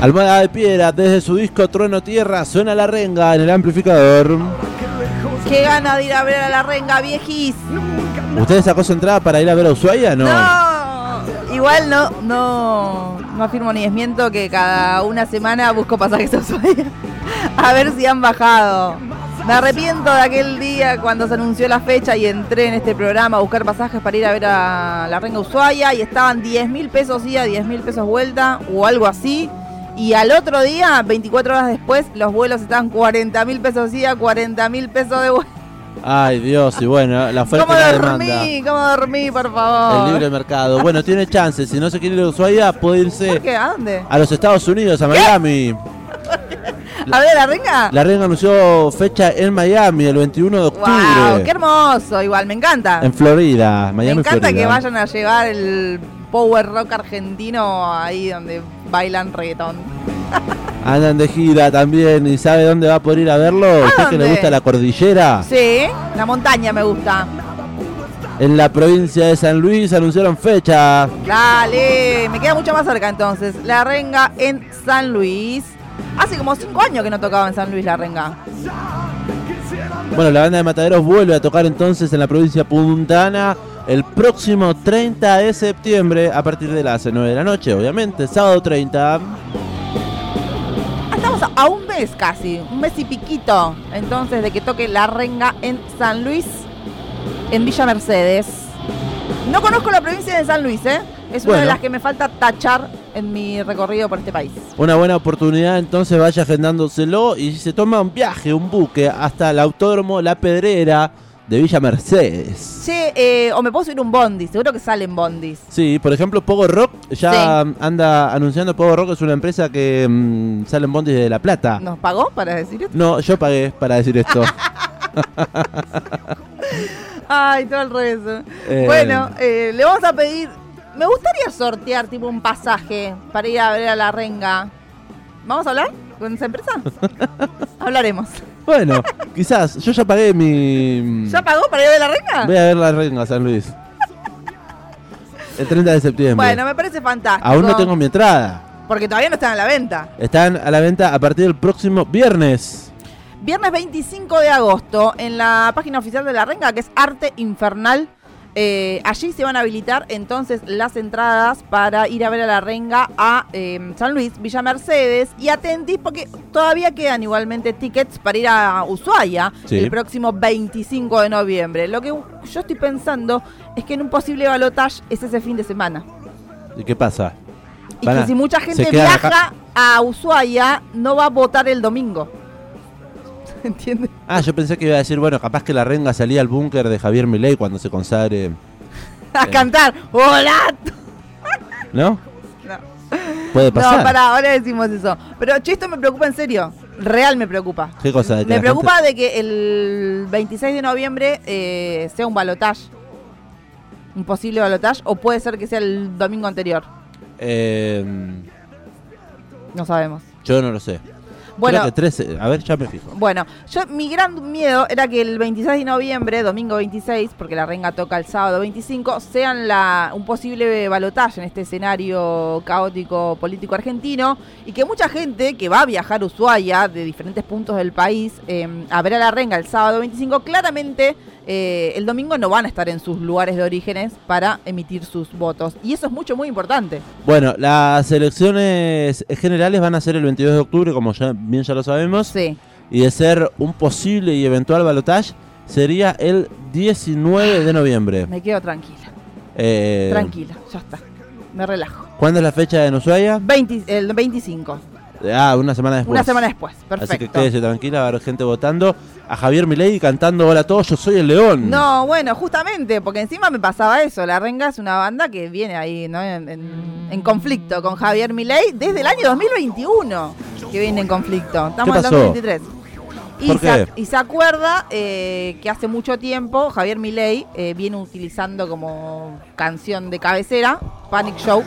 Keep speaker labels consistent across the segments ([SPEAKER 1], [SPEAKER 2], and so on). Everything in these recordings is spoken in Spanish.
[SPEAKER 1] Almada de Piedra, desde su disco Trueno Tierra, suena la renga en el amplificador.
[SPEAKER 2] Qué gana de ir a ver a la renga, viejis.
[SPEAKER 1] ¿Usted sacó su entrada para ir a ver a Ushuaia? No.
[SPEAKER 2] No. Igual no, no, no afirmo ni desmiento que cada una semana busco pasajes a Ushuaia. A ver si han bajado. Me arrepiento de aquel día cuando se anunció la fecha y entré en este programa a buscar pasajes para ir a ver a la renga Ushuaia y estaban 10 mil pesos ida, 10 mil pesos vuelta o algo así. Y al otro día, 24 horas después, los vuelos estaban 40 mil pesos ida, 40 mil pesos de vuelta.
[SPEAKER 1] Ay, Dios, y bueno, la oferta
[SPEAKER 2] ¿Cómo
[SPEAKER 1] y la demanda.
[SPEAKER 2] dormí? ¿Cómo dormí, por
[SPEAKER 1] El
[SPEAKER 2] favor?
[SPEAKER 1] libre mercado. Bueno, tiene chance. Si no se quiere ir a Ushuaia, puede
[SPEAKER 2] ¿Por
[SPEAKER 1] irse
[SPEAKER 2] qué? ¿A dónde?
[SPEAKER 1] a los Estados Unidos, a Miami.
[SPEAKER 2] ¿A ver la renga?
[SPEAKER 1] La renga anunció fecha en Miami el 21 de
[SPEAKER 2] ¡Wow! ¡Qué
[SPEAKER 1] octubre.
[SPEAKER 2] hermoso! Igual, me encanta.
[SPEAKER 1] En Florida,
[SPEAKER 2] Me
[SPEAKER 1] Miami,
[SPEAKER 2] encanta
[SPEAKER 1] Florida.
[SPEAKER 2] que vayan a llevar el power rock argentino ahí donde bailan reggaetón.
[SPEAKER 1] Andan de gira también y sabe dónde va a poder ir a verlo. ¿Usted que le
[SPEAKER 2] dónde?
[SPEAKER 1] gusta la cordillera?
[SPEAKER 2] Sí, la montaña me gusta.
[SPEAKER 1] En la provincia de San Luis anunciaron fecha.
[SPEAKER 2] Dale, me queda mucho más cerca entonces. La renga en San Luis. Hace como cinco años que no tocaba en San Luis la renga.
[SPEAKER 1] Bueno, la banda de Mataderos vuelve a tocar entonces en la provincia puntana el próximo 30 de septiembre a partir de las 9 de la noche, obviamente, sábado 30.
[SPEAKER 2] Ah, Estamos a- a un mes casi, un mes y piquito. Entonces, de que toque la renga en San Luis, en Villa Mercedes. No conozco la provincia de San Luis, ¿eh? Es una de
[SPEAKER 1] Bueno.
[SPEAKER 2] las que me falta tachar en mi recorrido por este país.
[SPEAKER 1] Una buena oportunidad, entonces vaya agendándoselo y se toma un viaje, un buque hasta el autódromo La Pedrera de Villa Mercedes.
[SPEAKER 2] Che, eh, o me puedo subir un bondi, seguro que salen bondis.
[SPEAKER 1] Sí, por ejemplo, Pogo Rock ya
[SPEAKER 2] Sí.
[SPEAKER 1] anda anunciando. Pogo Rock es una empresa que mm, sale en bondis de La Plata.
[SPEAKER 2] ¿Nos pagó para decir esto?
[SPEAKER 1] No, yo pagué para decir esto.
[SPEAKER 2] Ay, todo al revés. ¿eh?
[SPEAKER 1] Eh.
[SPEAKER 2] Bueno, eh, le vamos a pedir. Me gustaría sortear tipo un pasaje para ir a ver a la renga. ¿Vamos a hablar con esa empresa? Hablaremos.
[SPEAKER 1] Bueno, quizás. Yo ya pagué mi.
[SPEAKER 2] ¿Ya pagó para ir a ver la renga?
[SPEAKER 1] Voy a ver la renga, San Luis. El 30 de septiembre.
[SPEAKER 2] Bueno, me parece fantástico.
[SPEAKER 1] Aún no tengo mi entrada.
[SPEAKER 2] Porque todavía no están a la venta.
[SPEAKER 1] Están a la venta a partir del próximo viernes.
[SPEAKER 2] Viernes 25 de agosto, en la página oficial de la renga, que es Arte Infernal. eh, allí se van a habilitar entonces las entradas para ir a ver a la renga a eh, San Luis, Villa Mercedes. Y atendís porque todavía quedan igualmente tickets para ir a Ushuaia
[SPEAKER 1] Sí.
[SPEAKER 2] el próximo 25 de noviembre. Lo que yo estoy pensando es que en un posible balotage es ese fin de semana.
[SPEAKER 1] ¿Y qué pasa?
[SPEAKER 2] Y
[SPEAKER 1] Van a-
[SPEAKER 2] que si mucha gente
[SPEAKER 1] se quedan
[SPEAKER 2] viaja
[SPEAKER 1] acá.
[SPEAKER 2] a Ushuaia, no va a votar el domingo. ¿Se entiende?
[SPEAKER 1] Ah, yo pensé que iba a decir, bueno, capaz que la renga salía al búnker de Javier Milei cuando se consagre.
[SPEAKER 2] A
[SPEAKER 1] Sí.
[SPEAKER 2] cantar. ¡Hola!
[SPEAKER 1] ¿No?
[SPEAKER 2] No,
[SPEAKER 1] Puede pasar.
[SPEAKER 2] no pará, ahora decimos eso. Pero che, esto me preocupa en serio. Real me preocupa.
[SPEAKER 1] ¿Qué cosa? ¿De que
[SPEAKER 2] Me
[SPEAKER 1] la
[SPEAKER 2] preocupa de que el 26 de noviembre eh, sea un balotage. Un posible balotage. O puede ser que sea el domingo anterior.
[SPEAKER 1] gente- Eh,
[SPEAKER 2] No sabemos.
[SPEAKER 1] yo no lo sé.
[SPEAKER 2] Bueno,
[SPEAKER 1] Creo que 13. A ver, ya me fijo.
[SPEAKER 2] Bueno, yo mi gran miedo era que el 26 de noviembre, domingo 26, porque la renga toca el sábado 25, sean la, un posible balotaje en este escenario caótico político argentino y que mucha gente que va a viajar a Ushuaia de diferentes puntos del país eh, a ver a la renga el sábado 25, claramente eh, el domingo no van a estar en sus lugares de orígenes para emitir sus votos. Y eso es mucho, muy importante.
[SPEAKER 1] Bueno, las elecciones generales van a ser el 22 de octubre, como ya, bien ya lo sabemos.
[SPEAKER 2] Sí.
[SPEAKER 1] Y de ser un posible y eventual balotage, sería el 19 de noviembre.
[SPEAKER 2] Me quedo tranquila,
[SPEAKER 1] Eh,
[SPEAKER 2] tranquila, ya está. Me relajo.
[SPEAKER 1] ¿Cuándo es la fecha de Ushuaia?
[SPEAKER 2] 20 el 25.
[SPEAKER 1] Ah, una semana después.
[SPEAKER 2] Una semana después, perfecto.
[SPEAKER 1] Así que quédese tranquila, va a haber gente votando. A Javier Milei cantando Hola a todos, yo soy el león.
[SPEAKER 2] No, bueno, justamente, porque encima me pasaba eso. La Renga es una banda que viene ahí, ¿no? En, en- en conflicto con Javier Milei desde el año 2021 que viene en conflicto. Estamos en
[SPEAKER 1] pasó?
[SPEAKER 2] 2023. Y,
[SPEAKER 1] ¿Por
[SPEAKER 2] se,
[SPEAKER 1] qué?
[SPEAKER 2] ac- y se acuerda eh, que hace mucho tiempo Javier Milei eh, viene utilizando como canción de cabecera Panic Show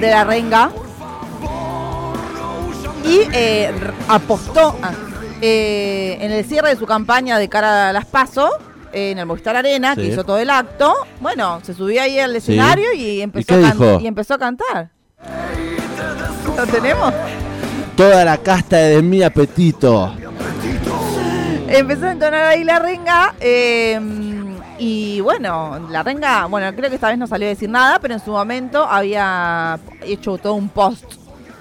[SPEAKER 2] de la Renga y eh, r- apostó ah, eh, en el cierre de su campaña de cara a las PASO eh, en el Movistar Arena,
[SPEAKER 1] Sí.
[SPEAKER 2] que hizo todo el acto. Bueno, se subió ahí al escenario y, empezó
[SPEAKER 1] qué
[SPEAKER 2] a can-
[SPEAKER 1] dijo?
[SPEAKER 2] y empezó a cantar. ¿Lo tenemos?
[SPEAKER 1] Toda la casta de mi apetito.
[SPEAKER 2] Empezó a entonar ahí la renga. eh, y bueno, la renga, bueno, creo que esta vez no salió a decir nada, pero en su momento había hecho todo un post.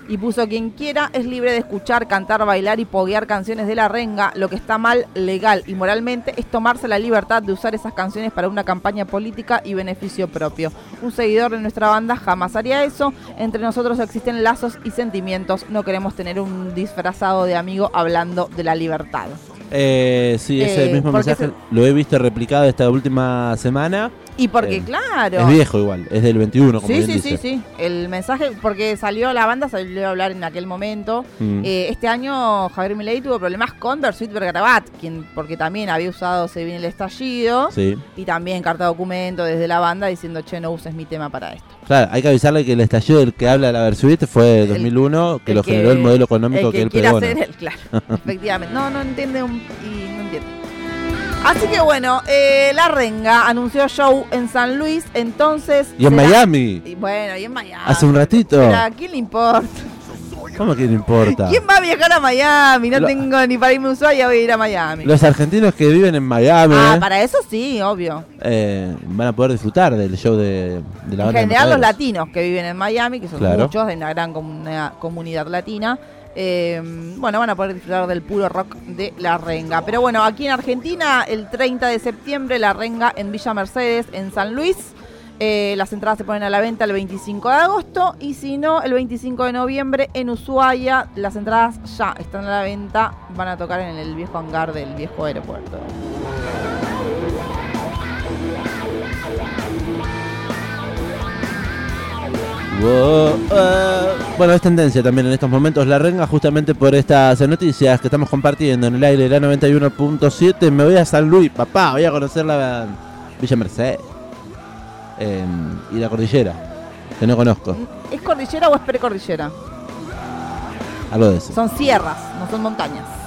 [SPEAKER 2] Y puso quien quiera es libre de escuchar, cantar, bailar y poguear canciones de la renga. Lo que está mal, legal y moralmente, es tomarse la libertad de usar esas canciones para una campaña política y beneficio propio. Un seguidor de nuestra banda jamás haría eso. Entre nosotros existen lazos y sentimientos. No queremos tener un disfrazado de amigo hablando de la libertad.
[SPEAKER 1] Eh, sí, ese
[SPEAKER 2] Eh,
[SPEAKER 1] mismo
[SPEAKER 2] porque
[SPEAKER 1] mensaje
[SPEAKER 2] se-
[SPEAKER 1] lo he visto replicado esta última semana.
[SPEAKER 2] Y porque,
[SPEAKER 1] Eh,
[SPEAKER 2] claro.
[SPEAKER 1] Es viejo igual, es del 21, como bien
[SPEAKER 2] sí, sí,
[SPEAKER 1] dice.
[SPEAKER 2] sí, sí. El mensaje, porque salió la banda, salió a hablar en aquel momento.
[SPEAKER 1] Mm.
[SPEAKER 2] Eh, este año Javier Milei tuvo problemas con Bersuit Bergarabat, quien, porque también había usado Se viene el estallido
[SPEAKER 1] Sí.
[SPEAKER 2] y también carta documento desde la banda diciendo, che, no uses mi tema para esto.
[SPEAKER 1] Claro, hay que avisarle que el estallido del que habla la Versuit fue el 2001, que
[SPEAKER 2] El
[SPEAKER 1] lo generó el modelo económico
[SPEAKER 2] el
[SPEAKER 1] que, él
[SPEAKER 2] quiera
[SPEAKER 1] pegó.
[SPEAKER 2] hacer el- claro, efectivamente. No, no entiende un- y no entiende. Así que bueno, eh, La Renga anunció show en San Luis, entonces...
[SPEAKER 1] Y en
[SPEAKER 2] será-
[SPEAKER 1] Miami,
[SPEAKER 2] Y bueno, y en Miami.
[SPEAKER 1] hace un ratito.
[SPEAKER 2] Pero ¿a quién le importa?
[SPEAKER 1] ¿Cómo que no importa?
[SPEAKER 2] ¿Quién va a viajar a Miami? No
[SPEAKER 1] Lo-
[SPEAKER 2] tengo ni para irme a Ushuaia, voy a ir a Miami.
[SPEAKER 1] Los argentinos que viven en Miami
[SPEAKER 2] Ah, para eso sí, obvio.
[SPEAKER 1] eh, van a poder disfrutar del show de, de la
[SPEAKER 2] En
[SPEAKER 1] banda. de
[SPEAKER 2] general los
[SPEAKER 1] Mataderos.
[SPEAKER 2] latinos que viven en Miami, que son
[SPEAKER 1] Claro.
[SPEAKER 2] muchos, hay una gran comuna- comunidad latina, eh, bueno, van a poder disfrutar del puro rock de La Renga. Pero bueno, aquí en Argentina, el 30 de septiembre, La Renga en Villa Mercedes, en San Luis. Eh, las entradas se ponen a la venta el 25 de agosto y si no, el 25 de noviembre en Ushuaia. Las entradas ya están a la venta, van a tocar en el viejo hangar del viejo aeropuerto.
[SPEAKER 1] Wow, ah. Bueno, es tendencia también en estos momentos la renga justamente por estas eh, noticias que estamos compartiendo en el aire de la 91.7. Me voy a San Luis, papá, voy a conocer la Villa Merced Eh, y la cordillera, que no conozco,
[SPEAKER 2] ¿Es cordillera o es precordillera?
[SPEAKER 1] algo de eso.
[SPEAKER 2] Son sierras, no son montañas.